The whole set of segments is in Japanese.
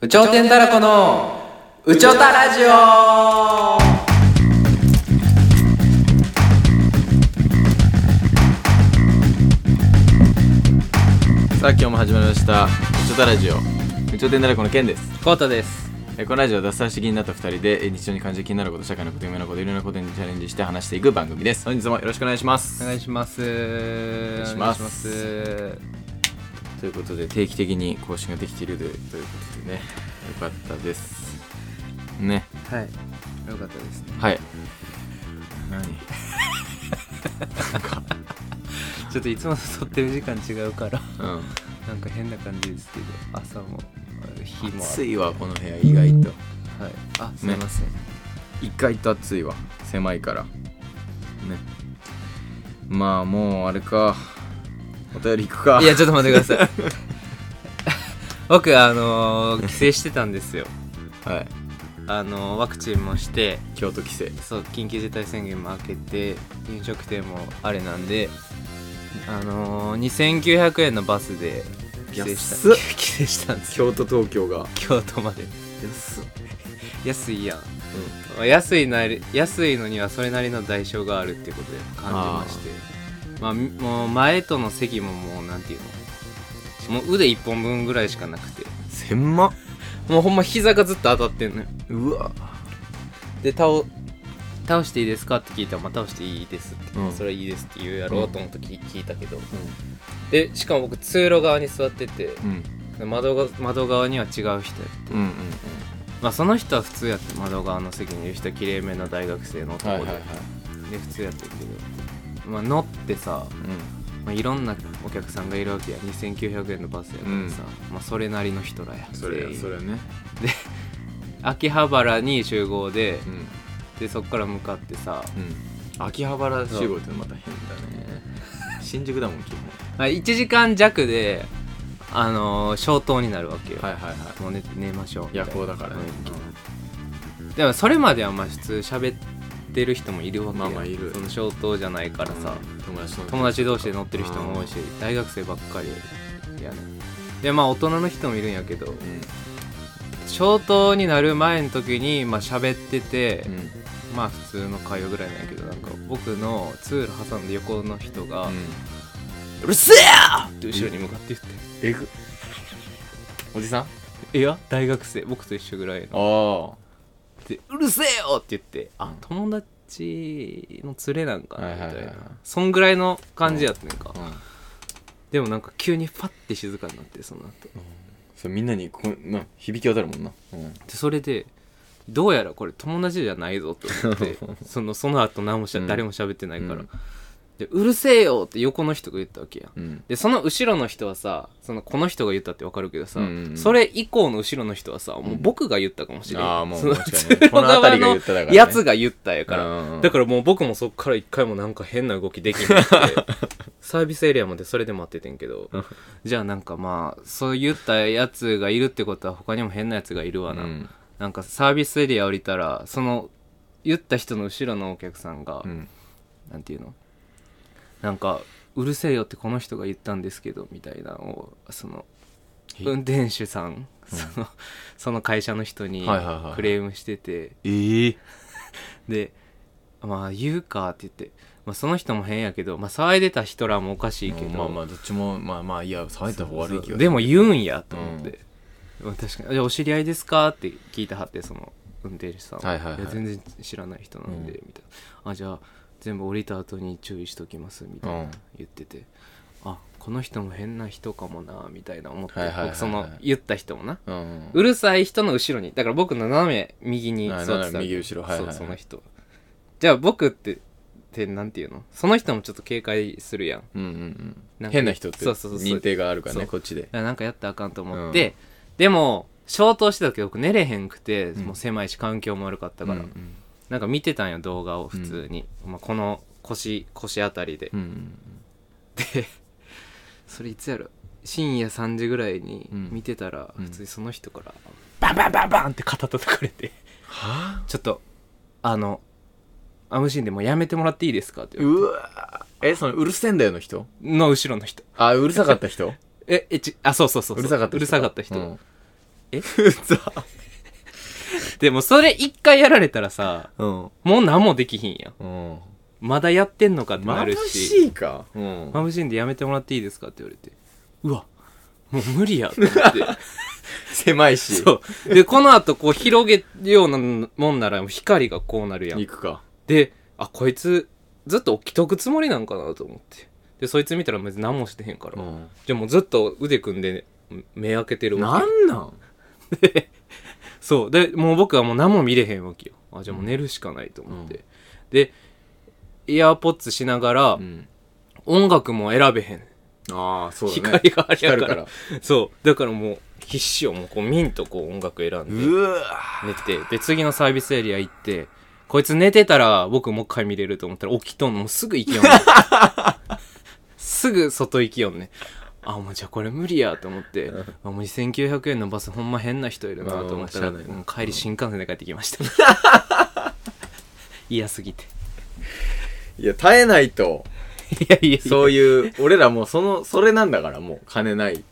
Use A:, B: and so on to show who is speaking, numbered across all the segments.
A: 宇頂天たらこの宇宙たラジオ
B: さあ今日も始まりました「ちょたラジオ」「ちょてんだらこのケンです
A: コートです
B: えこのラジオは脱サラして気になった2人でえ日常に感じる気になること社会のこと夢のこといろんなことにチャレンジして話していく番組です本日もよろしくお願いします
A: お願いしますお
B: 願いします
A: 願いし
B: ということで定期的に更新ができているということでねよかったですね
A: ますはいよかったですね
B: はい何
A: ちょっといつもと撮ってる時間違うから
B: うん
A: なんか変な感じですけど朝も日もある
B: 暑いわこの部屋意外と
A: はいあすいません、
B: 意外と暑いわ狭いからねまあもうあれかお便り行くか
A: いやちょっと待ってください 僕あのー、帰省してたんですよ
B: はい
A: あのー、ワクチンもして
B: 京都帰省
A: そう緊急事態宣言も明けて飲食店もあれなんであのー、2900円のバスで帰省した
B: 安っ
A: 帰省したんですよ
B: 京都東京が
A: 京都まで
B: 安っ
A: 安いやん安いなり安いのにはそれなりの代償があるっていうことで感じましてまあみもう前との席ももうなんていうのもう腕1本分ぐらいしかなくて
B: 千万
A: もうほんま膝がずっと当たってんのよ
B: うわ
A: で倒倒していいですかって聞いたら、まあ、倒していいですって、
B: うん
A: それはいいですって言うやろうと思って聞,、聞いたけどでしかも僕通路側に座ってて
B: うんうん
A: で窓が窓側には違う人やって、
B: うん
A: まあその人は普通やって窓側の席にいる人はきれいめな大学生の男で,、で普通やってるけど、まあ、乗ってさ、まあ、いろんなお客さんがいるわけや2900円のバスやからさ、まあ、それなりの人らや
B: それ
A: 全員
B: それね
A: 秋葉原に集合で
B: うん
A: でそっから向かってさ、
B: うん秋葉原集合ってのまた変だね新宿だもん基本
A: まあ、1時間弱で、あのー消灯になるわけよ、
B: いはいは
A: もう寝寝ましょうみたい
B: 夜
A: な
B: 行だからね
A: でもそれまではまあ普通喋ってる人もいるわけや
B: まあまあいる
A: その消灯じゃないからさ、
B: 友達と
A: 友達同士で乗ってる人も多いし大学生ばっかりやねでまあ大人の人もいるんやけど消灯になる前の時にまあ喋ってて、
B: うんうん
A: まあ普通の会話ぐらいなんやけどなんか僕の通路挟んで横の人が「うるせえや!」って後ろに向かって言って
B: えぐおじさんあ
A: いや大学生僕と一緒ぐらいの
B: あ
A: でうるせえよって言ってあ友達の連れなんかなみたいな、
B: はいはいはいはい
A: そんぐらいの感じやってんか、
B: うん
A: でもなんか急にパッて静かになってその後
B: それみんなにこうな響き渡るもんなうん
A: でそれでどうやらこれ友達じゃないぞと思って そのその後何もしゃ、
B: うん
A: 誰も喋ってないから、
B: うん
A: でうるせえよって横の人が言ったわけやん
B: うん
A: でその後ろの人はさそのこの人が言ったってわかるけどさ、
B: うんうんうん
A: それ以降の後ろの人はさもう僕が言ったかもしれん、
B: ああも
A: そうの
B: 確かに
A: 通
B: ね
A: 路
B: この
A: 側
B: 辺りが
A: の
B: 言っただからね
A: やつが言ったやから、
B: うんうん
A: だからもう僕もそっから一回もなんか変な動きでき なくてサービスエリアまでそれで待っててんけどじゃあなんかまあそう言ったやつがいるってことは他にも変なやつがいるわな、
B: うん
A: なんかサービスエリア降りたらその言った人の後ろのお客さんが、
B: うん
A: なんていうのなんかうるせえよってこの人が言ったんですけどみたいなのをその
B: へい
A: 運転手さん、その その会社の人に
B: はいはいはい
A: クレームしてて、
B: ええ
A: でまあ言うかって言って、まあ、その人も変やけど、まあ、騒いでた人らもおかしいけど、
B: まあまあどっちもまあまあいや騒いだ方が悪い気がする
A: でも言うんやと思って、まあ確かにじゃあ「お知り合いですか?」って聞いてはってその運転手さん
B: はいはいはい
A: や全然知らない人なんで、
B: うん
A: みたいな「あじゃあ全部降りた後に注意しときます」みたいな、
B: うん
A: 言ってて「あこの人も変な人かもな」みたいな思って、
B: はいはいはいはい
A: 僕その言った人もな
B: うん
A: うるさい人の後ろにだから僕斜め右に座ってたわけ
B: 斜め右後ろはいはいはい
A: そうその人じゃあ僕ってってなんていうのその人もちょっと警戒するやん
B: うんうんう
A: なんか
B: ん変な人って
A: そうそうそう
B: 認定があるから
A: そ
B: ね
A: う
B: こっちで
A: いやなんかやったらあかんと思って、でも消灯してたけど僕寝れへんくて、
B: ん
A: もう狭いし環境も悪かったから、
B: うんうん
A: なんか見てたんよ動画を普通に、まあ、この腰腰あたりで、
B: うんうん
A: でそれいつやろ深夜3時ぐらいに
B: うん
A: 見てたら、
B: うん
A: 普通にその人からバンバンバンバンって肩叩かれて
B: はあ
A: ちょっとあの「アムシンでもうやめてもらっていいですか?」って言わ
B: うわえそのうるせえんだよの人
A: れての後ろの人
B: あうるさかった人
A: ええちあそうそうそうそう
B: うるさかった人
A: うるさかった人、
B: うん
A: えでもそれ一回やられたらさ
B: うん
A: もう何もできひんやん
B: うん
A: まだやってんのかってな
B: 眩
A: るし
B: しいかうん
A: 眩しいんでやめてもらっていいですかって言われてうわもう無理やと思って
B: 狭いし
A: そうでこの後こう広げるようなもんなら光がこうなるやん
B: 行くか
A: であこいつずっと起きとくつもりなんかなと思ってでそいつ見たら別に何もしてへんから、
B: うん
A: じゃあもうずっと腕組んで目開けてるわけ
B: なんなん
A: そうでもう僕はもう何も見れへんわけよあじゃあもう寝るしかないと思って、でイヤーポッツしながら、
B: うん
A: 音楽も選べへん、
B: ああそうだね
A: 光があれや
B: 光
A: から
B: るから
A: そうだからもう必死よもうこうミンとこう音楽選んで
B: うわ
A: 寝てで次のサービスエリア行ってこいつ寝てたら僕もう一回見れると思ったら起きとんのもうすぐ行き よんねすぐ外行きよんねあもうじゃあこれ無理やと思ってあもう2900円のバスほんま変な人いるなと思ったら、
B: まあまあしゃあないな
A: うん帰り新幹線で帰ってきました嫌すぎて
B: いや耐えないと
A: いやいや
B: そういう俺らもうそのそれなんだからもう金ない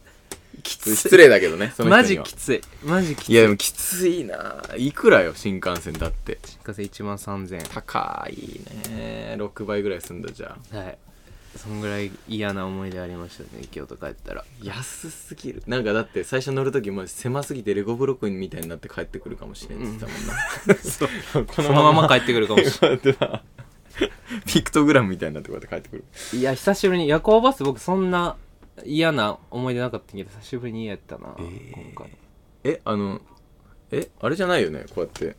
B: きつ失礼だけどねその人には
A: マジきついマジきつい
B: いやでもきついないくらよ新幹線だって
A: 新幹線1万3000円
B: 高いね6倍ぐらいすんだじゃあ
A: はいそんぐらい嫌な思い出ありましたね京都帰ったら
B: 安すぎるなんかだって最初乗る時も狭すぎてレゴブロックみたいになって帰ってくるかもしれんって言ってたもんな、 こ
A: そのまま帰ってくるかもしれ
B: れないピクトグラムみたいになってこうやって帰ってくる
A: ないいや久しぶりに夜行バス僕そんな嫌な思い出なかったけど久しぶりに嫌やったな、今回
B: えあのえあれじゃないよねこうやって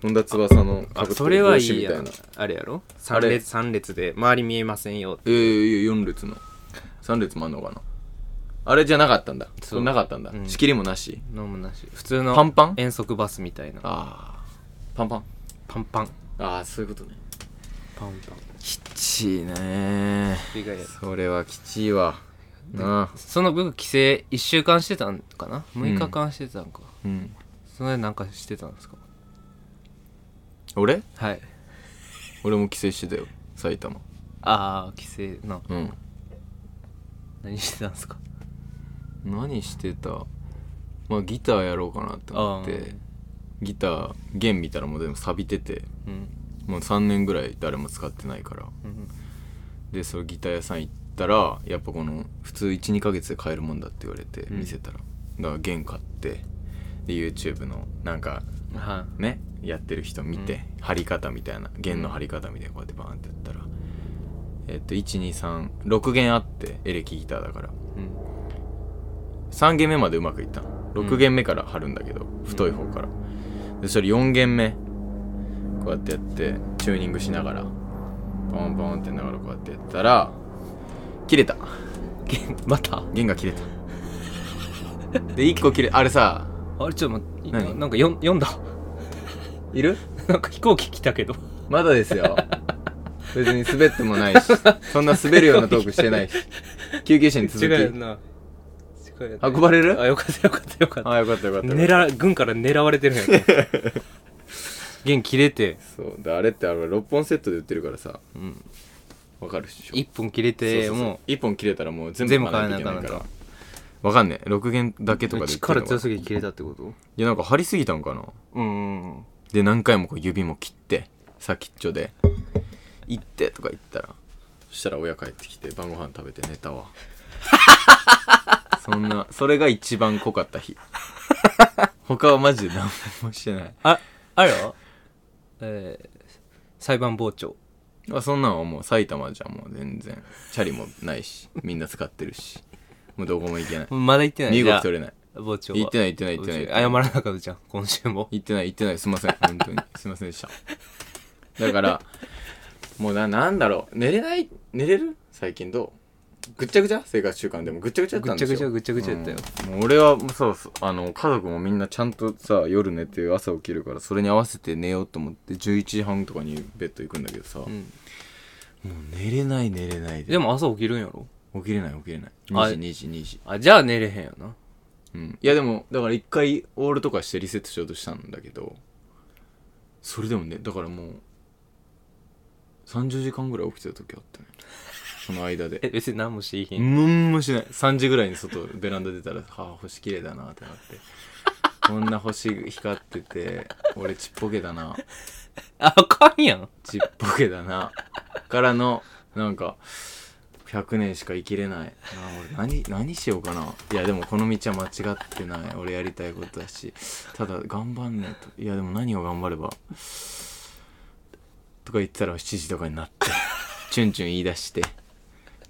B: 本田翼の
A: あ
B: 被ってる
A: それはいい
B: 帽子
A: や
B: み
A: な
B: たいな
A: あれやろ
B: あ
A: 三
B: れ
A: 列三列で周り見えませんよ
B: えー、いや4列の3列もあんのかなあれじゃなかったんだ
A: そう
B: そうなかったんだ、
A: うん
B: 仕切りもなし
A: 飲むなし普通
B: パン
A: の
B: パン
A: 遠足バスみたいな
B: あーパンパン
A: パンパン
B: ああそういうことね
A: パンパン
B: きちいね
A: 以外や
B: それはきちいわなあ
A: その僕帰省1週間してたんかな6日間してたんか、
B: うん
A: それなんかしてたんですか
B: 俺
A: はい
B: 俺も帰省してたよ埼玉
A: ああ帰省な
B: うん
A: 何してたんですか
B: 何してたまあギターやろうかなって思ってギター弦見たらもうでも錆びてて
A: うん
B: もう3年ぐらい誰も使ってないから
A: うん
B: でそれギター屋さん行ったらやっぱこの普通12ヶ月で買えるもんだって言われて
A: ん
B: 見せたら、だから弦買ってで YouTube のなんか
A: は
B: ねやってる人見て、張り方みたいな弦の張り方みたいなこうやってバーンってやったら、えっと1236弦あってエレキギターだから
A: い、うん
B: 3弦目までうまくいったの6弦目から張るんだけど、太い方からでそれ4弦目こうやってやってチューニングしながらボンボンってながらこうやってやったら切れた
A: また
B: 弦が切れたで1個切れあれさ
A: あれちょっと待ってな
B: 何
A: なんかよん読んだ
B: いる
A: なんか飛行機来たけど
B: まだですよ別に滑ってもないしそんな滑るようなトークしてないし救急車に 続
A: 違うやん
B: き
A: な違うやん
B: 運ばれる
A: あよかったよかったよかった
B: あよかったよかった
A: 狙わ軍から狙われてるんやん 弦切れて、
B: そうであれってあれ6本セットで売ってるからさ
A: うん、
B: わかるっしょ
A: 1本切れて
B: そうそうそう
A: も
B: 1本切れたらもう全部
A: 全
B: 買
A: 部
B: わないといけ
A: 買わな
B: な
A: いい
B: か
A: から
B: らわかんねえ6弦だけとか
A: う
B: で売ってる
A: 力
B: のか
A: 強すぎて切れたってこと
B: いやなんか張りすぎたんかな
A: うんうんうん
B: で何回もこう指も切って先っちょで「行って」とか言ったらそしたら親帰ってきて晩ご飯食べて寝たわ そんなそれが一番濃かった日他はマジで何もしてない
A: ああれはえー、裁判傍聴
B: あそんなんはもう埼玉じゃもう全然チャリもないしみんな使ってるしもうどこも行け ない
A: まだ行ってない
B: 身動
A: じゃ
B: き
A: あ
B: 取れない
A: 傍聴は
B: 行ってない行ってない行ってない
A: 謝らなかったじゃん今週も
B: 行ってない行ってないすいません本当にすいませんでしただからもうななんだろう寝れない寝れる最近どうぐっちゃぐちゃ生活習慣でもぐっちゃぐちゃやったんですよ
A: ぐっちゃぐちゃぐっちゃぐちゃや
B: たよ、うんもう俺はもうそうそうあの家族もみんなちゃんとさ夜寝て朝起きるからそれに合わせて寝ようと思って11時半とかにベッド行くんだけどさ、
A: う
B: もうん寝れない寝れないで
A: でも朝起きるんやろ
B: 起きれない起きれない
A: あ
B: 2時2時2時
A: あじゃあ寝れへんよな
B: うん、いやでもだから一回オールとかしてリセットしようとしたんだけどそれでもねだからもう30時間ぐらい起きてた時あったねその間
A: え
B: で
A: 別に何もしていいひん
B: 何もしない3時ぐらいに外ベランダ出たら「はあ星綺麗だな」ってなってこんな星光ってて俺ちっぽけだな
A: あかんやん
B: ちっぽけだなからのなんか100年しか生きれないなあ俺何何しようかないやでもこの道は間違ってない俺やりたいことだしただ頑張んねえといやでも何を頑張ればとか言ってたら7時とかになってチュンチュン言い出して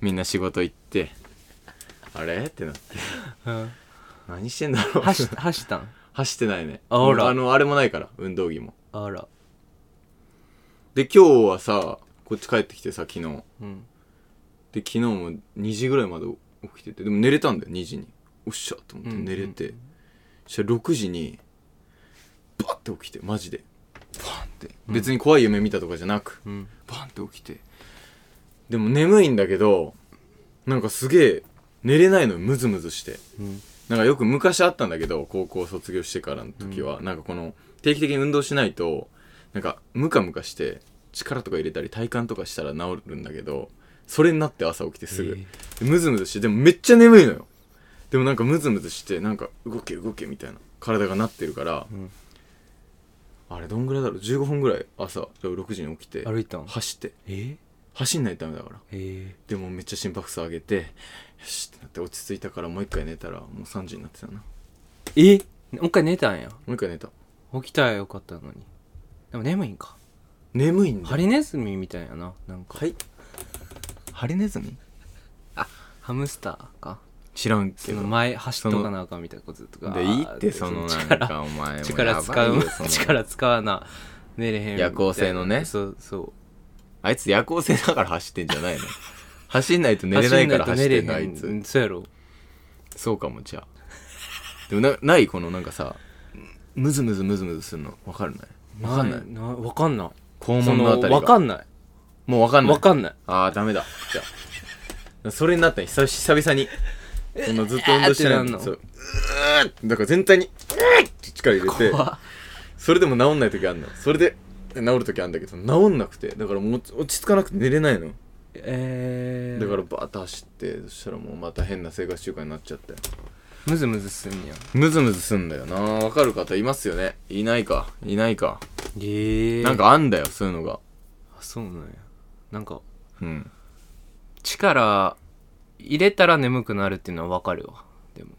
B: みんな仕事行ってあれってなって何してんだろう
A: 走走ったん
B: 走ってないね
A: あほら
B: あのあれもないから運動着も
A: あら
B: で今日はさこっち帰ってきてさ昨日
A: うん
B: で昨日も2時ぐらいまで起きててでも寝れたんだよ2時におっしゃと思って寝れて、そしたら6時にバッて起きてマジでバンって別に怖い夢見たとかじゃなく、
A: うん
B: バンって起きてでも眠いんだけどなんかすげえ寝れないのよムズムズして
A: うん
B: なんかよく昔あったんだけど高校卒業してからの時は、なんかこの定期的に運動しないとなんかムカムカして力とか入れたり体幹とかしたら治るんだけどそれになって朝起きてすぐ、
A: え
B: でムズムズしてでもめっちゃ眠いのよでもなんかムズムズしてなんか動け動けみたいな体がなってるから、
A: ん
B: あれどんぐらいだろう15分ぐらい朝6時に起きて
A: 歩いたん
B: 走って
A: え
B: 走んないとダメだから
A: え
B: でもめっちゃ心拍数上げてよしってなって落ち着いたからもう一回寝たらもう3時になってたなも
A: えもう一回寝たんや
B: う一回寝た
A: 起きたらよかったのにでも眠いんか
B: 眠いんだ
A: ハリネズミみたいやななんか
B: はいハリネズミ
A: ハムスターか
B: 知らん
A: そ
B: けど
A: の前走っとかなあかんみたいなこととか
B: でいいってそのなん
A: 力
B: かお前も
A: 力
B: やば
A: 使
B: いよ
A: う
B: その
A: 力使わな寝れへんみたいな
B: 夜行性のね
A: そうそう
B: あいつ夜行性だから走ってんじゃないの走んないと寝れないから走ってんのあ
A: 走ん
B: い
A: ないと寝れへ
B: つ
A: んそうやろ
B: そうかもじゃあでもなないこのなんかさムズムズムズムズするの分かるない分かんない
A: なわかんない
B: 肛
A: そ
B: 門のあ
A: の
B: たりが
A: わかんない
B: もう分かんない
A: わかんない
B: ああダメだじゃあそれになったの久々久々にこのずっと運動してない
A: えーってなんの
B: そううーってだから全体にうーって力入れて
A: 怖っ
B: それでも治んない時あんのそれで治る時あんだけど治んなくてだからもう落ち着かなくて寝れないの
A: えー
B: だからバーッと走ってそしたらもうまた変な生活習慣になっちゃって
A: ムズムズすんねや
B: ムズムズすんだよなわかる方いますよねいないかいないか、
A: ええ
B: なんかあんだよそういうのが
A: あそうなんやなんか
B: うん
A: 力入れたら眠くなるっていうのはわかるわでも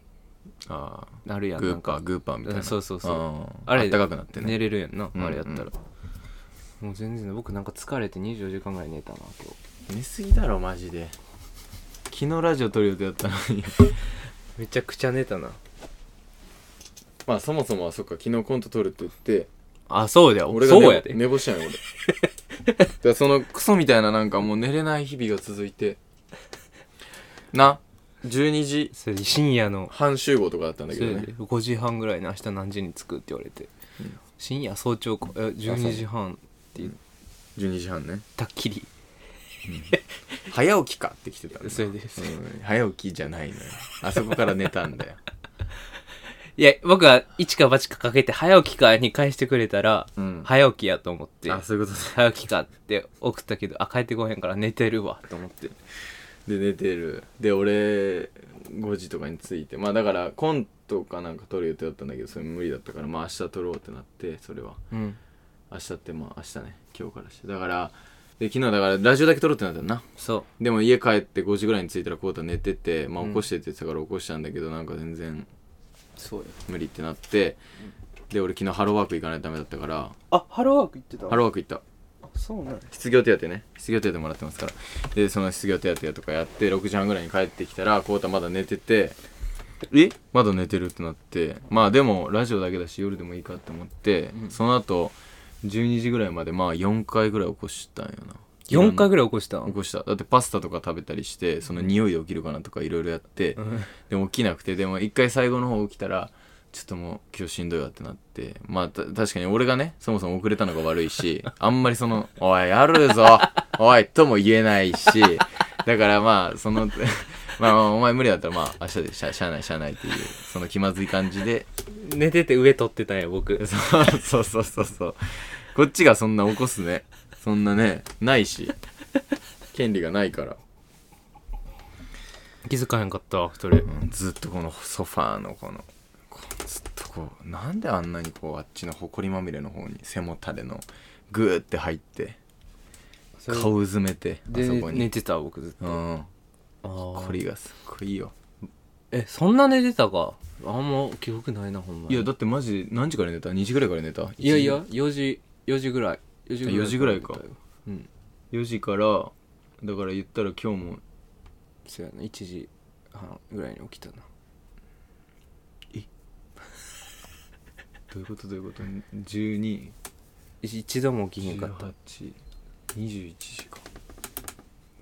B: あ
A: なる
B: あ
A: やん
B: グ
A: な
B: ー
A: ん
B: パー
A: か
B: グーパーみたいな
A: そうそうそう
B: あ
A: あれ
B: ったかくなってね
A: 寝れるやんな、
B: うん
A: あれやったらもう全然僕なんか疲れて24時間ぐらい寝たな今日
B: 寝すぎだろマジで昨日ラジオ撮る予定だったのに
A: めちゃくちゃ寝たな
B: まあそもそもはそっか昨日コント撮るって言って
A: あそうだよ
B: 俺が
A: そうや
B: 寝
A: で
B: 寝坊したんよ俺 だからそのクソみたいななんかもう寝れない日々が続いてな12時
A: それで深夜の
B: 半集合とかだったんだけ
A: そ
B: ど
A: れ
B: ね
A: で5時半ぐらいの明日何時に着くって言われて、
B: うん
A: 深夜早朝かえ12時半って言っ
B: 12時半ね
A: たっきり
B: 早起きかって来てたんだ
A: それです
B: うん 早起きじゃないのよあそこから寝たんだよ
A: いや僕は一か八かかけて早起きかに返してくれたら、
B: うん
A: 早起きやと思って
B: あそういうこと
A: 早起きかって送ったけどあ帰ってこへんから寝てるわと思って
B: で寝てるで俺5時とかに着いてまあだからコントかなんか撮る予定だったんだけどそれ無理だったからまあ明日撮ろうってなってそれは
A: うん
B: 明日ってまあ明日ね今日からしてだからで昨日だからラジオだけ撮ろうってなったよな
A: そ
B: でも家帰って5時ぐらいに着いたらこうた寝ててまあ起こしてって言ってたから起こしたんだけど、なんか全然
A: うそうよ
B: 無理ってなってで俺昨日ハローワーク行かないとダメだったから
A: あハローワーク行ってた
B: ハローワーク行った
A: そうなんや
B: 失業手当ね失業手当もらってますからでその失業手当とかやって6時半ぐらいに帰ってきたらこうたまだ寝ててえまだ寝てるってなってまあでもラジオだけだし夜でもいいかって思って、その後12時ぐらいまでまあ4回ぐらい起こしたんよな
A: 4回ぐらい起こした
B: 起こしただってパスタとか食べたりしてその匂いで起きるかなとかいろいろやって、でも起きなくてでも一回最後の方起きたらちょっともう今日しんどいわってなってまあた確かに俺がねそもそも遅れたのが悪いしあんまりその「おいやるぞおい」とも言えないしだからまあその まあまあお前無理だったらまあ明日でしゃしゃあないしゃあないっていうその気まずい感じで
A: 寝てて上取ってたんや僕
B: そうそうそうそうそう。こっちがそんな起こすね。そんなね、ないし。権利がないから。
A: 気づかへんかったそれ
B: うんずっとこのソファーのこの、こうずっとこうなんであんなにこうあっちのほこりまみれの方に背もたれのグーって入って
A: それ
B: 顔うずめてあ
A: で
B: そこに、
A: 寝てた僕ずっ
B: う
A: と
B: ん
A: あー
B: これがすっごいいいよ
A: えそんな寝てたかあんま記憶ないなほんま
B: い
A: に
B: やだってマジ何時から寝た2時ぐらいから寝た
A: いやいや4時4時ぐらい4時
B: 4時ぐらいか
A: うん
B: 4時からだから言ったら今日も
A: そうやな1時半ぐらいに起きたな
B: どういうことどういうこと12
A: 一一度も起きへんかった
B: 18 21時間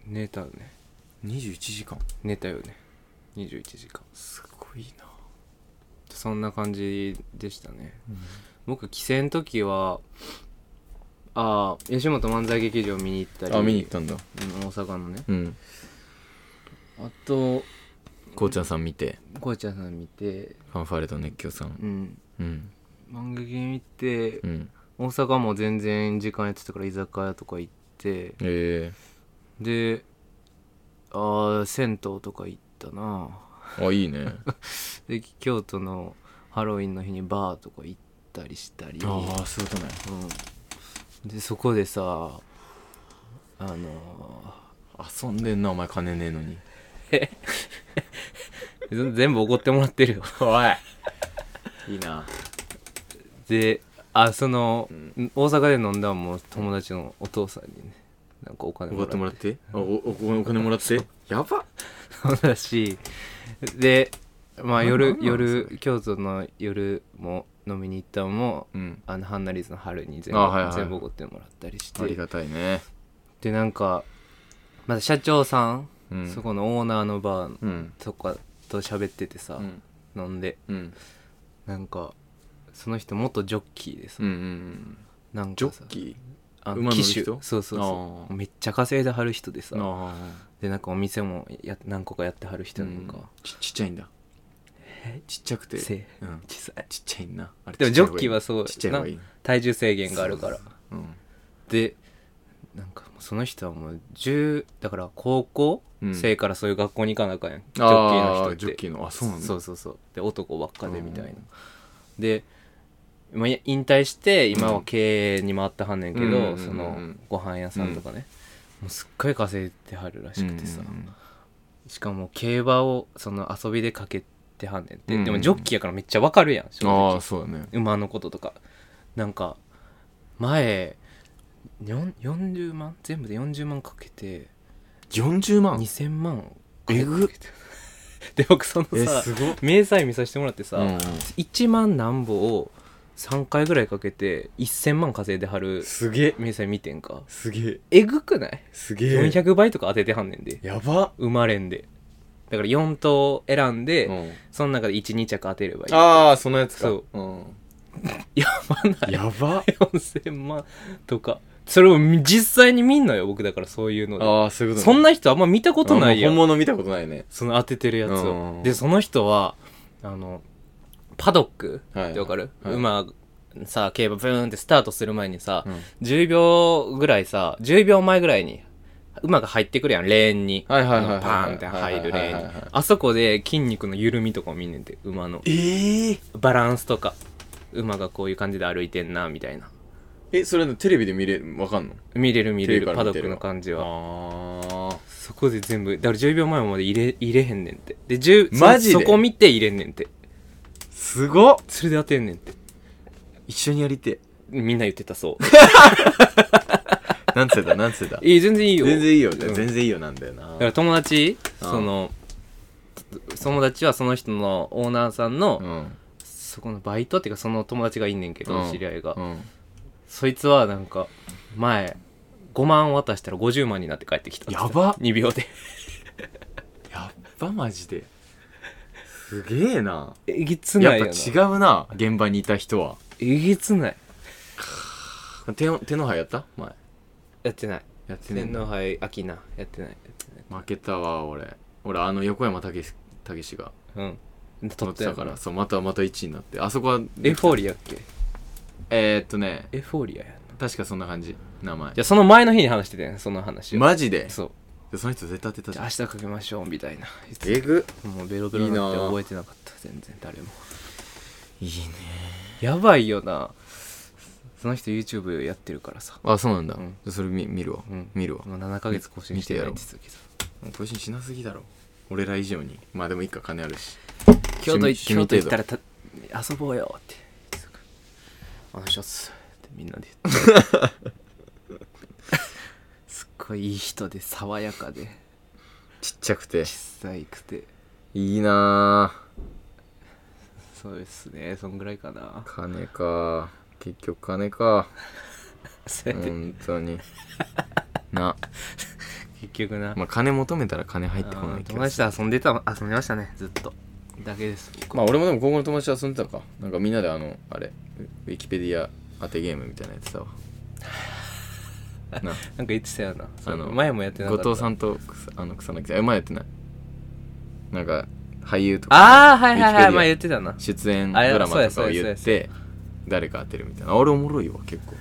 A: 寝たよね
B: 21時間
A: 寝たよね21時間
B: すごいな、
A: そんな感じでしたね僕帰省の時はああ吉本漫才劇場見に行ったり
B: あ見に行ったんだ
A: うん大阪のね
B: うん
A: あと
B: こうちゃんさん見て
A: こうちゃんさん見て
B: ファンファーレと熱狂さん
A: うん
B: うん
A: 漫画劇見て
B: うん
A: 大阪も全然時間やってたから居酒屋とか行って
B: え
A: でああ銭湯とか行ったな
B: えあいい ね
A: で京都のハロウィンの日にバーとか行ったりしたり
B: あそういうことね
A: うん、でそこでさあの
B: 遊んでんなお前金ねえのに
A: ー全部怒ってもらってるよ
B: おいいいな
A: であその、
B: う
A: 大阪で飲んだんも友達のお父さんにねなんかお金
B: おってもらってあお
A: お
B: おお金もらって やば
A: そうだしでまあ
B: な
A: 夜
B: なんなんそ
A: 夜京都の夜も飲みに行ったのも
B: うん
A: あのハンナリーズの春に全部、
B: あはいはい
A: 全部おごってもらったりし
B: あり
A: て
B: がたいね
A: でなんかまだ社長さん、
B: うん
A: そこのオーナーのバー
B: うん
A: とかと喋っててさ、
B: うん
A: 飲んで
B: うん
A: なんかその人元ジョッキーでさ、
B: うんうん
A: なん
B: ジョ
A: かさ
B: ッキ
A: あ
B: 馬乗る
A: 騎手
B: 人
A: そうそうそ
B: あ
A: う
B: ー
A: めっちゃ稼いではる人でさ
B: ーあ
A: でなんかお店もや何個かやってはる人なんか、
B: ちちっちゃいんだちっちゃくて
A: せ
B: うん
A: 小さい
B: ちっちゃいんなあれ
A: でもジョッキーは
B: ち
A: そう
B: っちゃい方がいいちっちゃい方がいい
A: 体重制限があるから
B: うん
A: でなんかもうその人はもう10だから高校
B: うん
A: 生からそういう学校に行かなあかんやん、ジョッキーの人っ
B: あ
A: て
B: ージョッキーのあそうなんだ
A: そうそうそうで男ばっかで
B: うん
A: みたいな、で、まあ、い引退して今は経営に回ってはんねんけど、
B: うんうんうんうん
A: そのご飯屋さんとかね、もうすっごい稼いではるらしくてさ、
B: うんうんうん
A: しかも競馬をその遊びでかけてはんねんって、
B: うんうん
A: でもジョッキーやからめっちゃわかるやん正
B: ああ
A: 直
B: そうだね
A: 馬のこととかなんか前よん40万全部で40万かけて
B: 40万
A: 2000万を
B: えぐ
A: で僕その
B: え
A: さ
B: すごっ
A: 明細見させてもらってさ、
B: うんうん
A: 1万なんぼを3回ぐらいかけて1000万稼いではる
B: すげえ
A: 明細見てんか
B: すげえ
A: えぐくない
B: すげ
A: ?400 倍とか当ててはんねんで
B: やば
A: 生まれんでだから4頭選んで、
B: うん
A: その中で12着当てればいい
B: ああそのやつか、
A: そうやばない
B: や ば
A: 4000万とかそれを実際に見んのよ僕だからそういうので
B: ああそういうこと
A: そんな人あんま見たことない
B: あ
A: よ
B: もう本物見たことないね
A: その当ててるやつ
B: うんうんう
A: を
B: ん
A: でその人はあのパドック
B: はいはい
A: ってわかる、
B: はい
A: 馬さ競馬ブーンってスタートする前にさ、
B: うん
A: 10秒ぐらいさ10秒前ぐらいに馬が入ってくるやんレーンに、
B: はいはいはいはい
A: パーンって入るレ
B: はいはい
A: ーン
B: はいはい
A: にあそこで筋肉の緩みとかを見んねんて馬の
B: ええ
A: バランスとか馬がこういう感じで歩いてんなみたいな
B: えそれのテレビで見れるわかんの
A: 見れる見れる
B: テレビか
A: パ
B: ら
A: ド
B: 見て
A: ック
B: る
A: の感じは
B: ああ
A: そこで全部だから10秒前まで入れ入れへんねんてで10そ
B: マジで
A: そこ見て入れんねんて
B: すごっ
A: それで当てんねんて
B: 一緒にやりて
A: みんな言ってたそう
B: えなんつうだなんつうだ
A: え全 然いいよ
B: 全然いいよね、
A: うん
B: 全然いいよなんだよな
A: だから友達
B: うん
A: その友達はその人のオーナーさんの、
B: うん
A: そこのバイトっていうかその友達がいんねんけど、
B: うん
A: 知り合いが、
B: うん
A: そいつはなんか前5万渡したら50万になって帰ってきたって言ってた
B: やば
A: 2秒で
B: やっばマジですげえな
A: えげつ
B: や
A: な
B: っ
A: い
B: ぱ
A: よな
B: 違うな現場にいた人は
A: えげつない
B: 手の手の葉やった前
A: やってない
B: やってねえ
A: 天
B: な
A: 皇杯秋なやってないやってない
B: 負けたわ俺俺あの横山武史武史が
A: うん
B: 取
A: 取
B: っ
A: ってて
B: た
A: た
B: か
A: からら
B: そうまたまた1位になってあそこは
A: エフォーリアっけ
B: えー、っとね
A: エフォーリアやな
B: 確かそんな感じ名前
A: じゃあその前の日に話してたよねその話を
B: マジで
A: そう
B: その人絶対当てた
A: じ
B: じ
A: ゃあ
B: ゃ
A: 明
B: ん
A: 日かけましょうみたいな
B: えぐ
A: もうベロベロに
B: い
A: ないっ
B: な
A: て
B: あ
A: 覚えてなかった全然誰も
B: いいね
A: やばいよなその人 YouTube やってるからさ
B: あそうなんだ、
A: うん
B: それ見見るわ、
A: うん
B: 見るわ
A: もう7ヶ月更新してないって言ってたけど
B: もう更新しなすぎだろ俺ら以上にまあでもいいか金あるし
A: 京都
B: 趣味
A: 京都行
B: 趣味程度
A: ったらた遊ぼうよって言ってたからお願いしますってみんなで言 ってすっごいいい人で爽やかで
B: ちっちゃくて
A: 小さいくて
B: いいなあ
A: そうですねそんぐらいかな
B: 金か結局 金か
A: そうやって
B: 本当にな
A: 結局 な、
B: まあ金求めたら金入ってこな
A: あー
B: い気
A: 友
B: が
A: 達
B: する
A: と遊んでた遊びましたねずっとだけです
B: まあ俺もでも高校の友達と遊んでたかなんかみんなであのあれウィキペディア当てゲームみたいなや つだわな
A: なんか言ってたよなそ
B: あ
A: の
B: の
A: 前もやってなかった
B: 後藤さんと草あの草薙さんえ前やってないなんか俳優とか
A: ああはいはいは
B: Wikipedia
A: い前言ってたな
B: 出演ド
A: あれ
B: ラマとか
A: そう
B: を
A: やそう
B: 言
A: や
B: っ
A: そう
B: て誰か当てるみたいなあれおもろいわ結構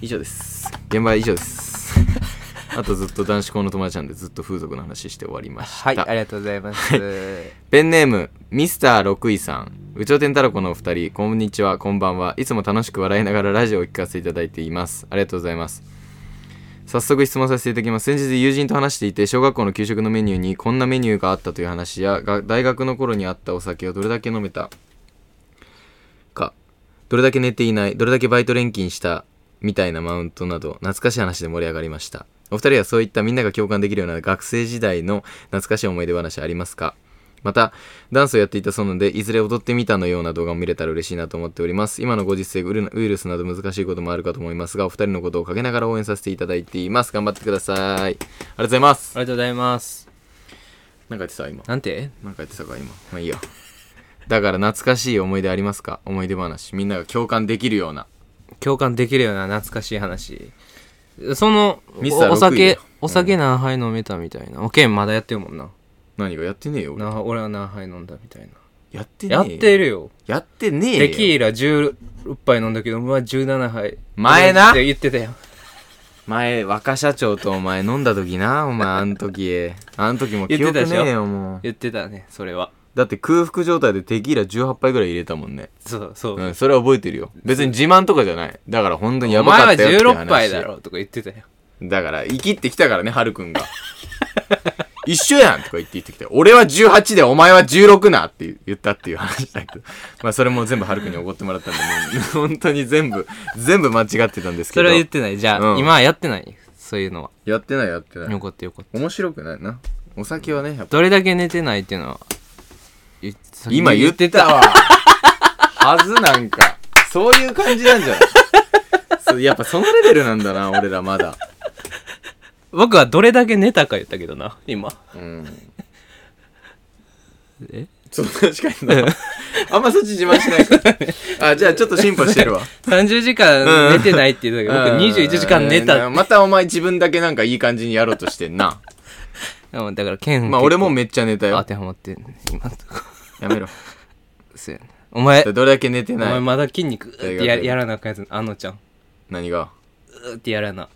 B: 以上です現場以上ですあとずっと男子校の友達なんでずっと風俗の話して終わりました、
A: はいありがとうござい ます
B: ペンネームミスター6位さん宇宙天太郎子のお二人こんにちはこんばんはいつも楽しく笑いながらラジオを聞かせていただいていますありがとうございます早速質問させていただきます先日友人と話していて小学校の給食のメニューにこんなメニューがあったという話やが大学の頃にあったお酒をどれだけ飲めたかどれだけ寝ていないどれだけバイト錬金したみたいなマウントなど懐かしい話で盛り上がりましたお二人はそういったみんなが共感できるような学生時代の懐かしい思い出話ありますかまたダンスをやっていたそうなのでいずれ踊ってみたのような動画も見れたら嬉しいなと思っております今のご時世ウルウイルスなど難しいこともあるかと思いますがお二人のことをかけながら応援させていただいています頑張ってくださいありがとうございます
A: ありがとうございます
B: なんか言ってた今
A: なんて
B: なんか言ってたか今まあいいやだから懐かしい思い出ありますか思い出話みんなが共感できるような
A: 共感できるような懐かしい話その
B: ミスター
A: おお
B: 6位だよ
A: 酒お酒何杯飲めたみたいなおけんまだやってるもんな
B: 何がやってねえよ俺
A: な俺は何杯飲んだみたいな
B: やってねえ
A: や
B: よ
A: ってるよ
B: やってねえよ
A: テキーラ16杯飲んだけどまあ17杯
B: 前な
A: って言ってたよ
B: 前若社長とお前飲んだ時な お前あん時あん時も記憶
A: 言ってたでしょ
B: ねえよもう
A: 言ってたねそれは
B: だって空腹状態でテキーラ18杯ぐらい入れたもんね。
A: そうそう、
B: うん、それは覚えてるよ。別に自慢とかじゃない。だから本当にや
A: お
B: ば
A: 前
B: か
A: は
B: ったよっていう話。
A: 16杯だ。ろとか言ってたよ
B: だから、生きってきたからね、はるくんが。 一緒やんとか言って言ってきて、俺は18でお前は16なって言ったっていう話だけど。まあそれも全部はるくんに怒ってもらったんで、もう本当に全部、全部間違ってたんです
A: そ
B: けど。
A: れは言ってないじゃあ、
B: うん
A: 今はやってないそういうのは
B: やってないやってな
A: よ
B: い。
A: かったよかった
B: 面白くないな。お酒はね、やっぱ。
A: どれだけ寝てないっていうのは言っ
B: 今言ってたわ。はずなんか。そういう感じなんじゃないそうやっぱそのレベルなんだな、俺らまだ。
A: 僕はどれだけ寝たか言ったけどな今
B: うん。
A: え
B: そう、確かにな。あんまそっち自慢しないから。あ、じゃあちょっと進歩してるわ。
A: 30時間寝てないって言ってたけど、
B: うん
A: 僕21時間寝た。
B: またお前自分だけなんかいい感じにやろうとしてんな。
A: うんだから、剣
B: まあ俺もめっちゃ寝た
A: 当
B: よ。
A: てはまってんね今のとこ。
B: やめろ。
A: そうやなお前、
B: どれだけ寝て
A: お
B: な
A: 前
B: い。
A: まだ筋肉うーってや
B: 大学
A: やらなあかんやつ、あのちゃん。
B: 何が
A: うーってやらな。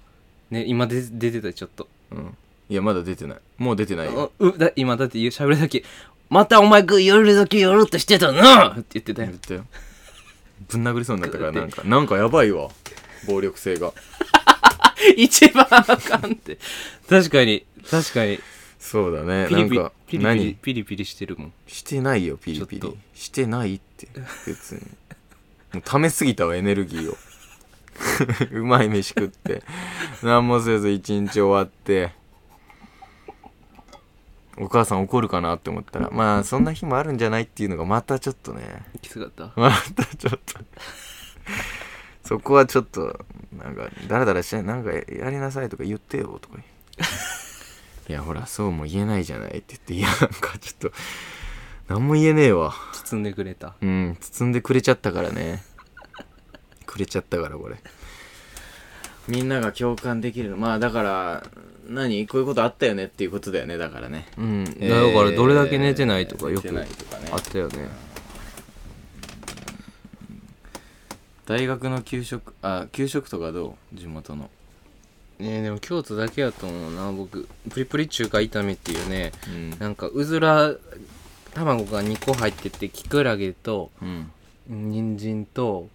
A: ね、今で出てたちょっと。
B: うん。いや、まだ出てない。もう出てないよ。
A: うだ今だって言う喋るだけ、またお前ぐ夜だけよろっとしてたなって言ってたよ
B: 言っ。たよ ぶん殴りそうになったからなんかなんかやばいわ暴力性が
A: 一番あかんって。確かに、確かに。
B: そうだね
A: ピリピ
B: な
A: リ
B: んか、
A: ピリピリ、
B: 何
A: ピリピリしてるもん。
B: してないよピリピ
A: ちょっ
B: リ
A: と
B: してないって別にもう溜めすぎたわエネルギーを うまい飯食って何もせず一日終わってお母さん怒るかなって思ったらまあそんな日もあるんじゃないっていうのがまたちょっとね
A: きつかった。
B: またちょっとそこはちょっとなんかダラダラしないなんかやりなさいとか言ってよとか言ういやほらそうも言えないじゃないって言っていやなんかちょっと何も言えねえわ
A: 包んでくれた。
B: うん包んでくれちゃったからねくれちゃったからこれみんなが共感できるまあだから何こういうことあったよねっていうことだよねだからね
A: うん。だから、どれだけ寝てないとかよ
B: 寝
A: く
B: てないとかね
A: あったよね。
B: 大学の給食あ給食とかどう地元の
A: ねえでも京都だけやと思うな僕プリプリ中華炒めっていうね
B: うん
A: なんかうずら卵が2個入っててきくらげと
B: うん
A: 人参と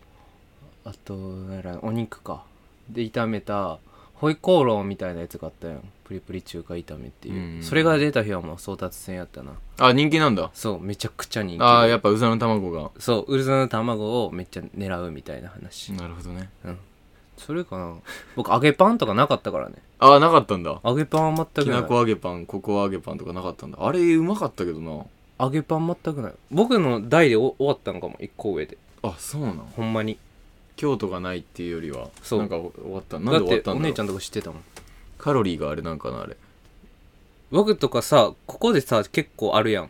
A: あとなんやろお肉かで炒めたホイコーローみたいなやつがあったやんプリプリ中華炒めっていう、
B: うんうん
A: それが出た日はもう争奪戦やったな
B: あ人気なんだ
A: そうめちゃくちゃ人気
B: ああやっぱうざの卵が
A: そうウルズの卵をめっちゃ狙うみたいな話、
B: なるほどね
A: それかな僕揚げパンとかなかったからね
B: ああなかったんだ
A: 揚げパンは全
B: き
A: くな
B: ないこ揚げパンココア揚げパンとかなかったんだあれうまかったけどな
A: 揚げパン全くない僕の代でお終わったのかも1個上で
B: あそうなの
A: ほんまに
B: 京都がないっていうよりは
A: そう
B: なんか終わったなんで終
A: だ
B: わったんだ
A: ってお
B: ろう
A: 姉ちゃんとか知ってたもん
B: カロリーがあれなんかなあれ
A: 僕とかさここでさ結構あるやん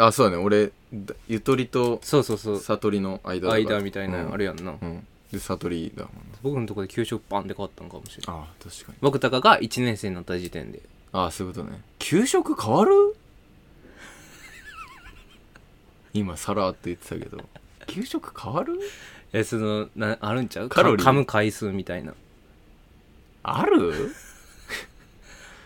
B: あそうだね俺だゆとりと
A: そうそうそう
B: 悟りの間だから
A: 間みたいな
B: うん
A: のあるやんな、
B: うんで悟りだもんね
A: 僕のとこで給食パンで買ったんかもしれない
B: ああ確かに
A: 僕とかが1年生になった時点で
B: ああそういうことね給食変わ る今さらっと言ってたけど給食変わる
A: えそのなあるんちゃう
B: カロリー
A: か噛む回数みたいな
B: ある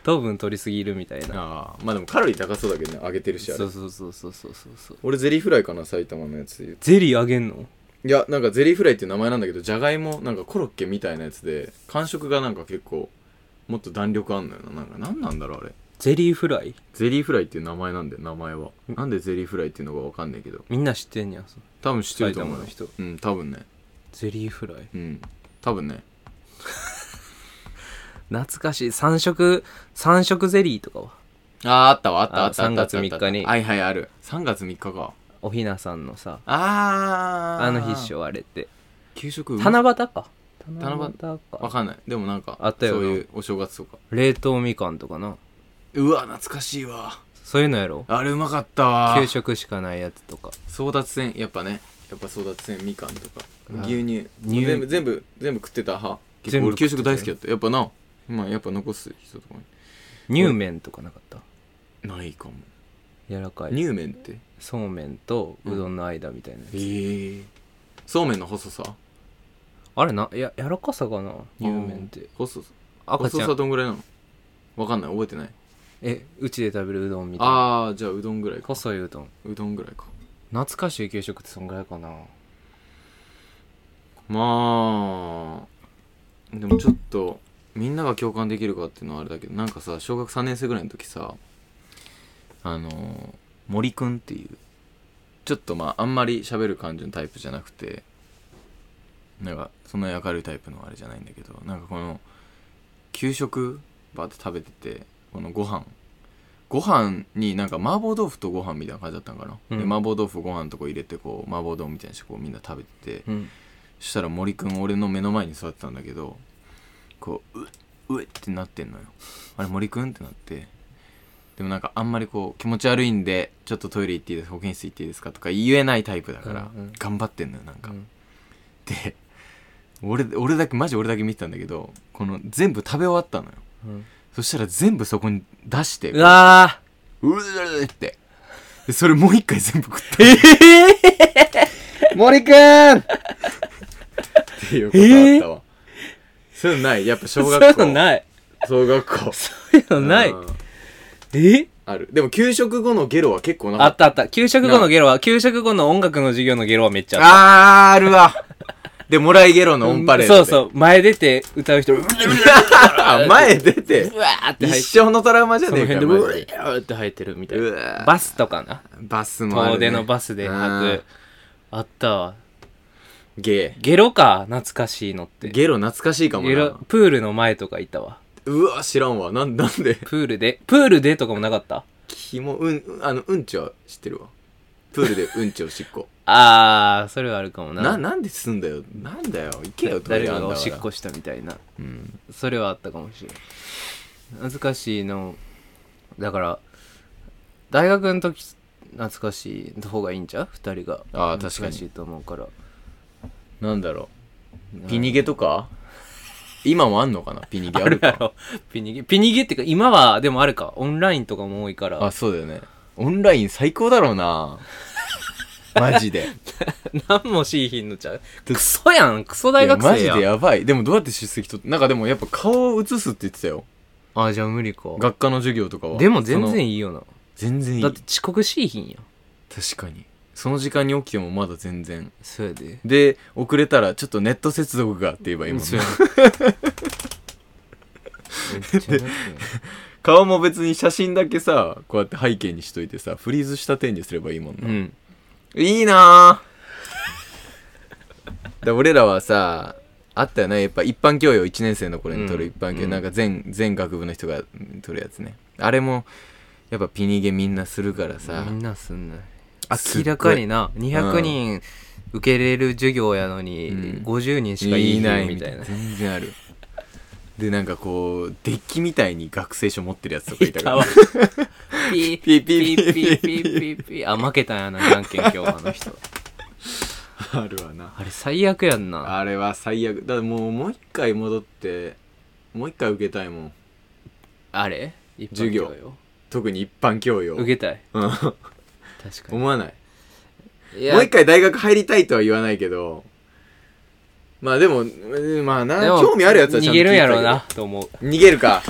A: 糖分取りすぎるみたいな
B: ああまあでもカロリー高そうだけどね揚げてるしあ
A: そ
B: れ
A: うそうそうそうそうそうそう
B: 俺ゼリーフライかな埼玉のやつで言う
A: ゼリーあげんの
B: いやなんかゼリーフライっていう名前なんだけどじゃがいもなんかコロッケみたいなやつで感触がなんか結構もっと弾力あんのよななんか何なんだろうあれ
A: ゼリーフライ
B: ゼリーフライっていう名前なんだよ名前はなんでゼリーフライっていうのかわかんないけど
A: みんな知ってんやんその
B: 多分知ってると思うよ
A: 埼玉の
B: うん多分ね
A: ゼリーフライ
B: うん多分ね
A: 懐かしい3色3色ゼリーとかは
B: あああったわあった
A: あ
B: あったあった
A: 3月3日に
B: はいはいある3月3日か
A: おひなさんのさ
B: ああ
A: あの日っしょあれって
B: 給食うま
A: 七夕か
B: 七夕わ
A: か
B: かんないでもなんか
A: あったよな
B: そういうお正月とか
A: 冷凍みかんとかな
B: うわ懐かしいわ
A: そういうのやろ
B: あれうまかったわ
A: 給食しかないやつとか
B: 争奪戦やっぱねやっぱ争奪戦みかんとか
A: うん
B: 牛乳
A: 乳
B: 全部全部全部食ってた派結
A: 全
B: 構
A: 部
B: 俺給食大好きだったやっぱなまあやっぱ残す人とかも
A: 乳麺とかなかった
B: ないかも
A: 柔らかい
B: 乳麺って
A: そうめんとうどんの間みたいなやつ、
B: ええそうめんの細さ
A: あれないや柔らかさかな乳麺って
B: あー細さ
A: 赤ち
B: 細
A: ゃ
B: さ
A: ん
B: どんぐらいなのわかんない覚えてない
A: えうちで食べるうどんみたいな
B: ああじゃあうどんぐらいか
A: 細いうどん
B: うどんぐらいか
A: 懐かしい給食ってそんぐらいかな
B: まあでもちょっとみんなが共感できるかっていうのはあれだけどなんかさ小学3年生ぐらいの時さあのー森くんっていうちょっとまああんまり喋る感じのタイプじゃなくてなんかそんなに明るいタイプのあれじゃないんだけどなんかこの給食バーって食べててこのご飯ご飯になんか麻婆豆腐とご飯みたいな感じだったんかな、
A: うん
B: で麻婆豆腐ご飯のとこ入れてこう麻婆丼みたいにしてこうみんな食べてて、
A: うん
B: そしたら森くん俺の目の前に座ってたんだけどこううっうっってなってんのよあれ森くんってなってでもなんかあんまりこう気持ち悪いんでちょっとトイレ行っていいですか保健室行っていいですかとか言えないタイプだから
A: うんうん
B: 頑張ってんのよなんか、
A: うん
B: で俺俺だけマジ俺だけ見てたんだけどこの全部食べ終わったのよ
A: うん
B: そしたら全部そこに出して
A: うわ
B: うーってでそれもう一回全部食った
A: ーえー、 森くん
B: っていうことあったわ、そういうのないやっぱ小
A: そう
B: 学
A: いう
B: 校
A: のない
B: 小学校
A: そういうのない
B: うん
A: え
B: あるでも給食後のゲロは結構なか
A: あ
B: っ
A: ったあった給食後のゲロは給食後の音楽の授業のゲロはめっちゃ
B: た
A: あった
B: あーあるわでもらいゲロのオンパレード
A: そうそう前出て歌う人うわ
B: う前出て
A: ーって入って
B: 一生のトラウマじゃ
A: その
B: ねえ
A: 辺
B: か
A: でう
B: マ
A: わ
B: ジで
A: ーって入ってるみたいうな
B: わ
A: バスとかな
B: バスもある、ね、
A: 遠出のバスで
B: う
A: 吐
B: ん
A: くあったわ
B: ゲ
A: ゲロか懐かしいのっ
B: ー
A: て
B: ゲロ懐かしいかも
A: ゲロ
B: な
A: プールの前とかいたわ
B: うわ知らんわなん なんで
A: プールでプールでとかもなかった
B: キモうんうんあのうんちは知ってるわプールでうんちおしっこ
A: あーそれはあるか もな
B: ななんですんだよなんだよ行けよトイ
A: 誰
B: レあ
A: か
B: んだ
A: が
B: か
A: お
B: ら
A: しっこしたみたいな
B: うん
A: それはあったかもしれない懐かしいのだから大学の時懐かしい方がいいんちゃう二人が
B: ああ確か
A: 懐
B: に
A: かしいと思うから
B: なんだろうピニゲとか今もあんのかなピニゲあるか
A: ろピニゲピニゲっていうか今はでもあるかオンラインとかも多いから
B: あ、そうだよね。オンライン最高だろうな。 マジで。
A: 何もしいひんのちゃうクソやんクソ大学
B: いやマ
A: 生
B: ジ
A: や
B: で
A: ん
B: やばい。でもどうやって出席とって、なんかでもやっぱ顔を映すって言ってたよ。
A: あじゃあ無理か
B: 学科の授業とかは。
A: でも全
B: その
A: 然いいよな
B: 全然いい。
A: だって遅刻しいひんやん
B: 確かに。その時間に起きてもまだ全然
A: そうやで
B: で遅れたらちょっとネット接続がって言えばいいもん
A: そう
B: ね
A: や めっちゃ泣くよ
B: 顔も別に写真だけさこうやって背景にしといてさフリーズした手にすればいいもんな、
A: うん
B: い いなぁだ俺らはさあったよねやっぱ一般教養1年生の頃に取る
A: うん
B: 一般教養、
A: うん
B: なんか全全学部の人がうん取るやつねあれもやっぱピニゲみんなするからさ、
A: みんなすんない
B: す
A: 明
B: っごい
A: らかにな200
B: うん
A: 人受けれる授業やのに、
B: うん
A: 50人しか
B: い
A: い
B: な
A: ないい
B: み
A: み
B: た
A: た
B: い
A: い
B: な
A: な
B: 全然あるでなんかこうデッキみたいに学生証持ってるやつとかいた
A: た
B: か ら
A: わピーピ
B: ピ
A: ー
B: ーピ
A: ピ
B: ー
A: ーピ
B: ピー
A: ー
B: ピ
A: ピーピーピ
B: ーピー
A: ーあ負けたんやなじゃんけん今日あの人
B: あるわな
A: あれ最悪やんな
B: あれは最悪だからもうもう一回戻ってもう一回受けたいもん
A: あれ一般
B: 授業
A: 教養
B: 特に一般教養
A: 受けたい
B: うん
A: 確かに
B: 思わない
A: いや
B: もう一回大学入りたいとは言わないけどまあでもうんまあな
A: でも
B: 興味あるやつはちゃ
A: 逃
B: ん
A: げ
B: と聞い
A: るん
B: てた
A: や
B: けど
A: ろうなと思う
B: 逃げるか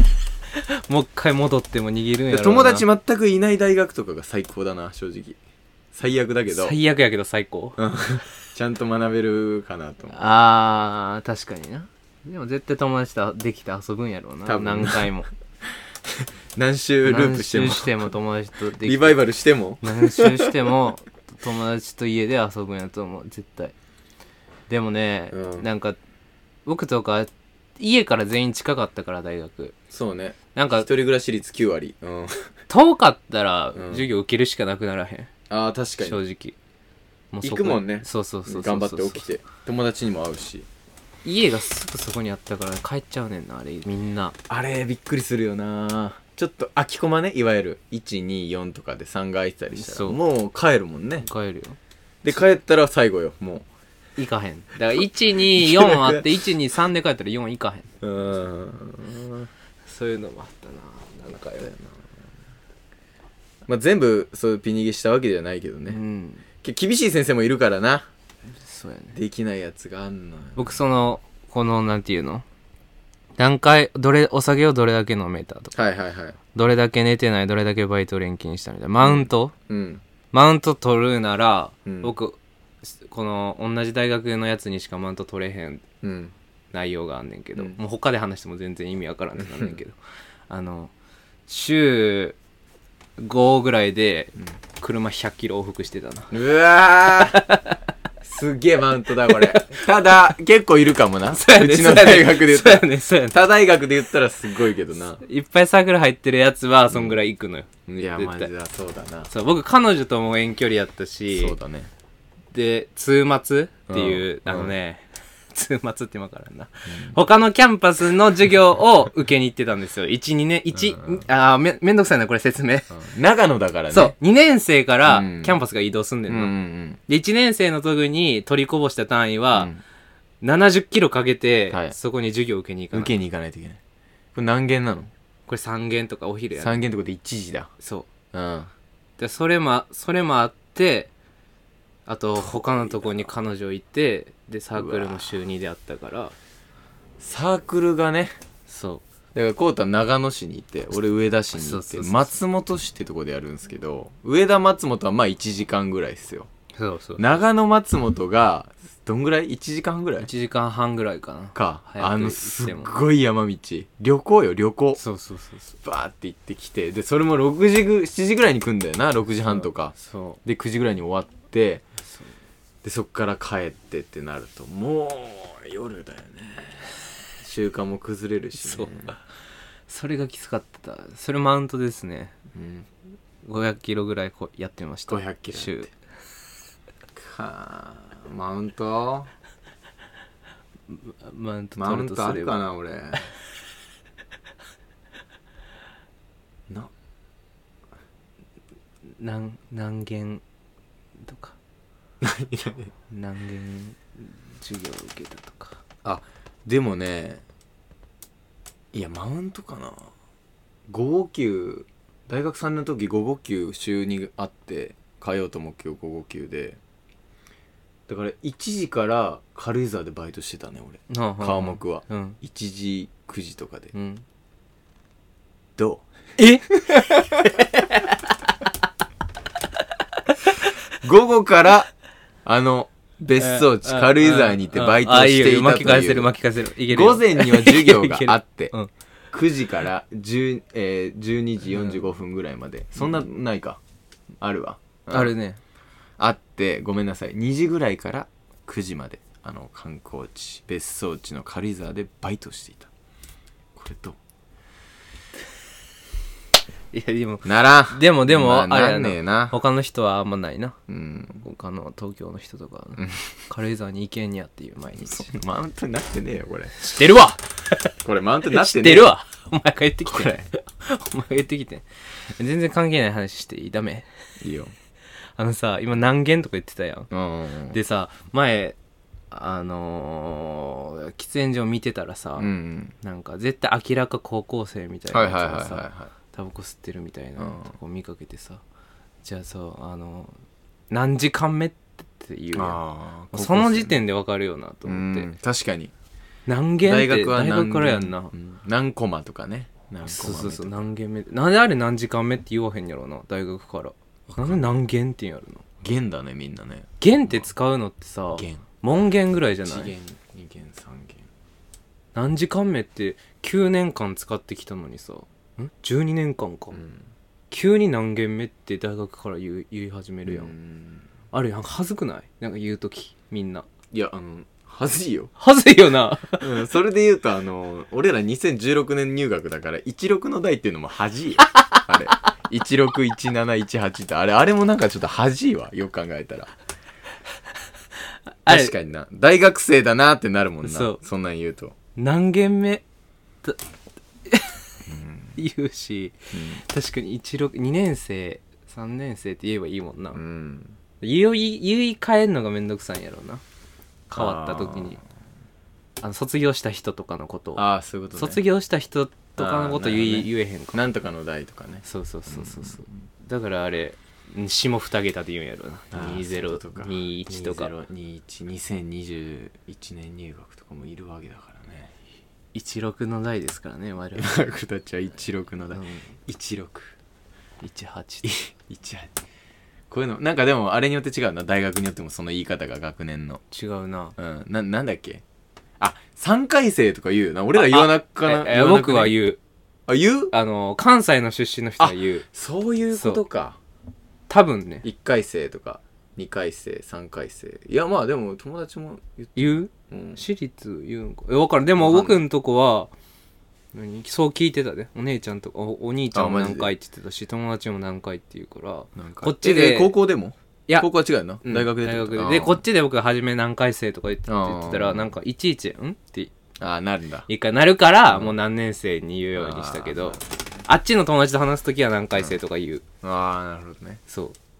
A: もう一回戻っても逃げるんやろうな
B: 友達全くいない大学とかが最高だな正直最悪だけど
A: 最悪やけど最高
B: うんちゃんと学べるかなと思う
A: あー確かになでも絶対友達とできて遊ぶんやろう
B: 多
A: な
B: 分
A: 何回も
B: 何周ループしても
A: 何周しても友達とできて
B: リバイバルしても
A: 何周しても友達と家で遊ぶんやと思う絶対でもね、
B: うん
A: なんか僕とか家から全員近かったから大学
B: そうね
A: なん
B: 一
A: か
B: 人暮らし率9割うん
A: 遠かったら
B: うん
A: 授業受けるしかなくならへん、
B: ああ確かに
A: 正直もそこ
B: 行くもんね
A: そうそうそうそう
B: 頑張って起きて友達にも会うし
A: 家がすぐそこにあったから帰っちゃうねんなあれみんな
B: あれびっくりするよなちょっと空き駒ねいわゆる124とかで3が空いてたりした
A: そ
B: ら
A: う
B: もう帰るもんね
A: 帰るよ
B: で帰ったら最後よも
A: 行かへんだ から124あって123で帰ったら4行かへん
B: ううーん
A: そういうのもあったななんかよ、
B: まあ全部そうピニゲしたわけじゃないけど
A: う
B: ね、
A: ん
B: け厳しい先生もいるからな
A: そうやね
B: できないやつがあんのよ
A: 僕そのこのなんていうの何回どれお酒をどれだけ飲めたとか
B: はいはいはい
A: どれだけ寝てないどれだけバイト錬金したみたいなマウント、
B: うん
A: マウント取るなら、
B: うん
A: 僕この同じ大学のやつにしかマウント取れへん
B: うん
A: 内容があんねんけど、
B: うん
A: もう他で話しても全然意味わからんねんなんねんけどあの週5ぐらいで
B: ん
A: 車100キロ往復してたな
B: うわー すげえマウントだこれただ結構いるかもなう
A: そうやね
B: ちの大学で言っ
A: そう
B: た
A: や
B: ら
A: ねそうやね
B: 他大学で言ったらすごいけどない
A: っぱいサークル入ってるやつはそんぐらい行くのよ、
B: いや
A: 絶
B: マ
A: 対
B: ジだそうだな
A: そう僕彼女とも遠距離やったし
B: そうだね
A: で通末っていう、
B: うん
A: あのね、 通末って今からんな、他のキャンパスの授業を受けに行ってたんですよ12年1、
B: うん
A: あーめめんどくさいなこれ説明、
B: 長野だからね
A: そう2年生から
B: うん
A: キャンパスが移動すんね
B: うんん
A: の、
B: うん
A: で1年生の時に取りこぼした単位
B: う
A: は
B: ん、
A: 70キロかけて、
B: はい
A: そこに授業受けに行か
B: 受
A: ない
B: けに行かないといけないこれ何軒なの
A: これ3限とかお昼やね
B: 3軒ってことで1時だ
A: そう
B: うん
A: でそれもそれもあってあと他のとこに彼女いてでサークルも週2であったから
B: サークルがね
A: そう
B: だからこうた長野市にいて俺上田市に
A: そ
B: いう
A: そ
B: て
A: うそう
B: 松本市ってとこでやるんですけど上田松本はまあ1時間ぐらいですよ
A: そうそう
B: 長野松本がどんぐらい ?1 時間ぐらい
A: 1時間半ぐらいかな
B: か
A: 早く
B: あの
A: 行っ
B: す
A: て
B: っ
A: も
B: ごい山道旅行よ旅行
A: そうそうそうそ
B: バーって行ってきてでそれも6時ぐ7時ぐらいに来んだよな6時半とか
A: そ
B: で9時ぐらいに終わって
A: うそう
B: でそっから帰ってってなるともう 夜だよね習慣も崩れるし、
A: そ
B: ね
A: う、それがきつかったそれマウントですね
B: うん、
A: 500キロぐらいこやってました
B: 500キロやって
A: 週
B: かーマウント
A: マウント
B: マウ
A: 取
B: ン
A: る
B: ト
A: と
B: あ
A: すれ
B: る
A: ば
B: かな俺 な
A: 何何件とか何件授業受けたとか
B: あでもねいやマウントかな5号級大学3年の時5号級週にあって火曜と木曜5号級でだから1時から軽井沢でバイトしてたね俺科目は
A: うん
B: 1時9時とかで
A: うん
B: ど
A: え
B: う午後から、あの、別荘地、軽井沢に行ってバイトをしていた
A: ああ
B: と
A: う巻き返せ
B: い
A: る
B: う。
A: 巻き返せるいけるよ
B: 午前には授業があって
A: う、ん
B: 9時から10、えー、12時45分ぐらいまで。そんな、ないか。あるわ。うん
A: あるね
B: あってごめんなさい2時ぐらいから9時まであの観光地別荘地の軽井沢でバイトしていたこれど
A: いやでも
B: うならん
A: でもでも、
B: まあ
A: あれ
B: な
A: や
B: んねえ
A: な
B: な
A: 他の人はあんまないな
B: うん
A: 他の東京の人とかはな軽井沢に行けんやっていう毎日 知っ
B: マウントになってねえよこれ
A: てるわ
B: これマウントになっ
A: 知
B: て
A: っ
B: ねえ
A: てるわお前が言ってき
B: こ
A: て
B: れ
A: お前が言ってきて全然関係ない話していいダメ
B: いいよ
A: あのさ今何軒とか言ってたやん
B: うんうんうん
A: でさ前あのー喫煙所見てたらさ、
B: うんうん
A: なんか絶対明らか高校生みたいな
B: はい
A: や
B: は
A: つ
B: いはい
A: が
B: は
A: さ
B: いは
A: タバコ吸ってるみたいな
B: うん
A: とこ見かけてさ、じゃあさあの何時間目って言う
B: い
A: やん
B: ああ
A: その時点で分かるよなと
B: と
A: 思
B: 思っ
A: って、
B: て確かに
A: 何軒って
B: 大学は
A: 大
B: 何
A: 学からやん
B: う
A: な、
B: 何コマとかね何コマ
A: そうそうそう
B: み
A: 何軒目なんであれ何時間目って言わへんやろな大学からなんで何軒って言うんやろな
B: たいな弦だねみんなね
A: 弦って使うのってさ
B: 弦
A: 門限ぐらいじゃ
B: 1
A: ない
B: 弦2弦3弦
A: 何時間目って9年間使ってきたのにさん12年間か、
B: うん
A: 急に何軒目って大学から言う言い始めるやん、
B: うん
A: あれなんか恥ずくないなんか言う時みんない
B: や、あの、恥ずいよ。
A: 恥ずいよな
B: うん、それで言うと、あの、俺ら2016年入学だから、16の代っていうのも恥 ずいよ。あれ。161718って、あれ、あれもなんかちょっと恥ずいわ。よく考えたら。
A: あれ
B: 確かにな。大学生だなってなるもんな。
A: そ
B: そうそんなん言うと。
A: 何軒目と 言うし確かに2年生3年生って言えばいいもんな、
B: うん。
A: 言い言い換えんのがめんどくさいんやろうな変わった時にあの卒業した人とかのことを
B: ああ、そういうことね。
A: 卒業した人とかのこと言い、
B: あーなるほどね
A: 言えへんか
B: なんとかの代とかね。
A: そうそうそうそうそうだからあれ下二桁で言うんやろな
B: そういう
A: 2021
B: こと
A: か21とか
B: 2021、2021年入学とかもいるわけだからね。
A: 16の代ですからね我々
B: 僕たちは16の代。
A: う
B: 16。
A: ん18
B: 18こういうのなんかでもあれによって違うな大学によってもその言い方が学年の
A: 違うな
B: うんななんだっけあ三3回生とか言うよな俺ら言わなかな
A: ええ僕は
B: う
A: 言う
B: あ言う
A: あの関西の出身の人は言う
B: そういうことか
A: 多分ね
B: 1回生とか2回生3回生いやまあでも友達も言って
A: 言う
B: うん
A: 私立言うんかえ分からんでも
B: わかんな
A: 僕のとこは何そう聞いてたねお姉ちゃんとかおお兄ちゃんも
B: あマジ
A: 何
B: で
A: 回って言ってたし友達も何回って言うから
B: なんか
A: こっちで
B: ええ高校でも
A: いや
B: 高校は違うよな、
A: うん
B: 大学で
A: 大
B: って
A: 学
B: と
A: ででこっ
B: ち
A: ちで僕が初め何回生とか言って言ってた
B: あ
A: ら
B: ー
A: なんかいちいち「ん?」って
B: ああなるんだ
A: 一回なるからもう何年生に言うようにしたけどあっちの友達と話す時は何回生とか言う
B: ああなるほどね
A: そう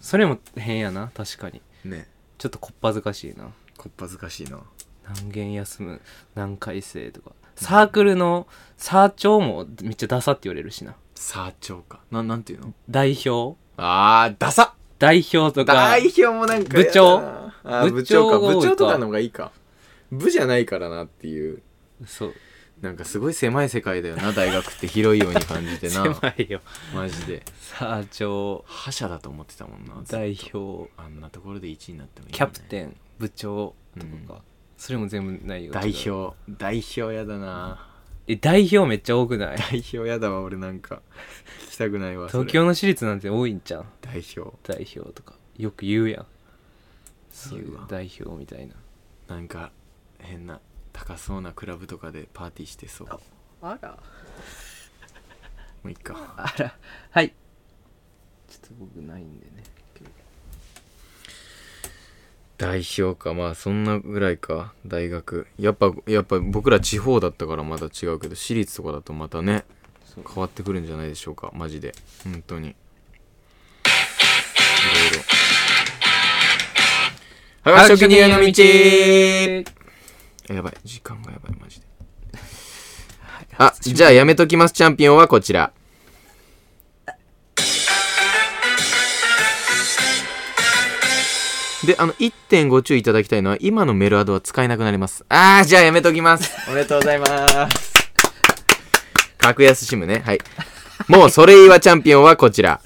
A: それも変やな確かに
B: ね
A: ちょっとこっぱずかしいな
B: こっぱずかしいな
A: 何軒休む何回生とかサークルのサー長もめっちゃダサって言われるしな
B: さあ長かななんていうの
A: 代表
B: ああダサっ
A: 代表とか
B: 代表もなんか
A: 部長
B: あー
A: 部
B: 部
A: 長が
B: 長か
A: 多いか
B: 部長とかの方がいいか部じゃないからなっていう
A: そう
B: なんかすごい狭い世界だ よな大学って広いように感じてな
A: 狭いよ
B: マジで
A: サー長
B: 覇者だと思ってたもんな
A: 代表
B: あんなところで1位になってもいい、ね、
A: キャプテン部長と
B: うん
A: かがそれも全部内容違う
B: 代表代表やだな
A: え代表めっちゃ多くない
B: 代表やだわ俺なんか聞きたくないわそれ
A: 東京の私立なんて多いんじゃん
B: 代表
A: 代表とかよく言うやんそうい
B: 言う
A: う
B: わ
A: 代表みたいな
B: なんか変な高そうなクラブとかでパーティーしてそうも
A: あら
B: ういいか
A: あらはいちょっと僕ないんでね
B: 代表かまあそんなぐらいか大学やっぱやっぱ僕ら地方だったからまた違うけど私立とかだとまたね
A: そう
B: 変わってくるんじゃないでしょうかマジで本当にいろいろはが職人への道やばい時間がやばいマジであじゃあやめときますチャンピオンはこちらであの1.5注意いただきたいのは今のメールアドは使えなくなりますああじゃあやめときますおめでとうございます格安シムねはいもうそれいいわチャンピオンはこちら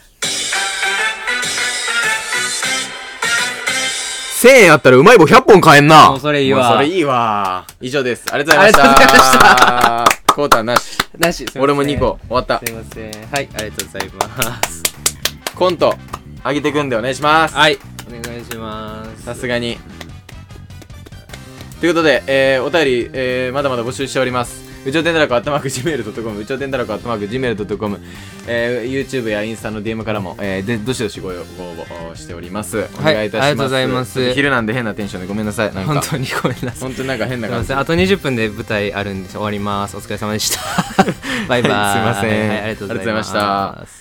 B: 1000円あったらうまい棒100本買えんな
A: もうそれいいわ
B: もうそれいいわ以上ですありがとうございました
A: ありがとうござい
B: ましたコーターなし
A: なしすいません
B: 俺も2個終わった
A: すいませんはいありがとうございます
B: コント上げてくんでお願いします
A: はいお願いします
B: さすがに。ということで、えーお便り、えーまだまだ募集しております。うちょてんだらこ、あったまく gmail.com、うちょてんだらこ、あったまく gmail.com、えー YouTube やインスタの DM からも、えーで、どしどしご応募しております。お願いいたしま
A: あり
B: す。
A: がとうございます
B: 昼なんで変なテンションでごめんなさい。なん
A: 本
B: か、
A: 当にごめんなさい
B: 本当になんか変
A: す
B: ない
A: ま
B: 感
A: せ
B: じ
A: ん。あと20分で舞台 あるんで終わりますお疲れ様でしたバイバイ
B: はいすいません
A: はいありがとうございます
B: ありがとうございました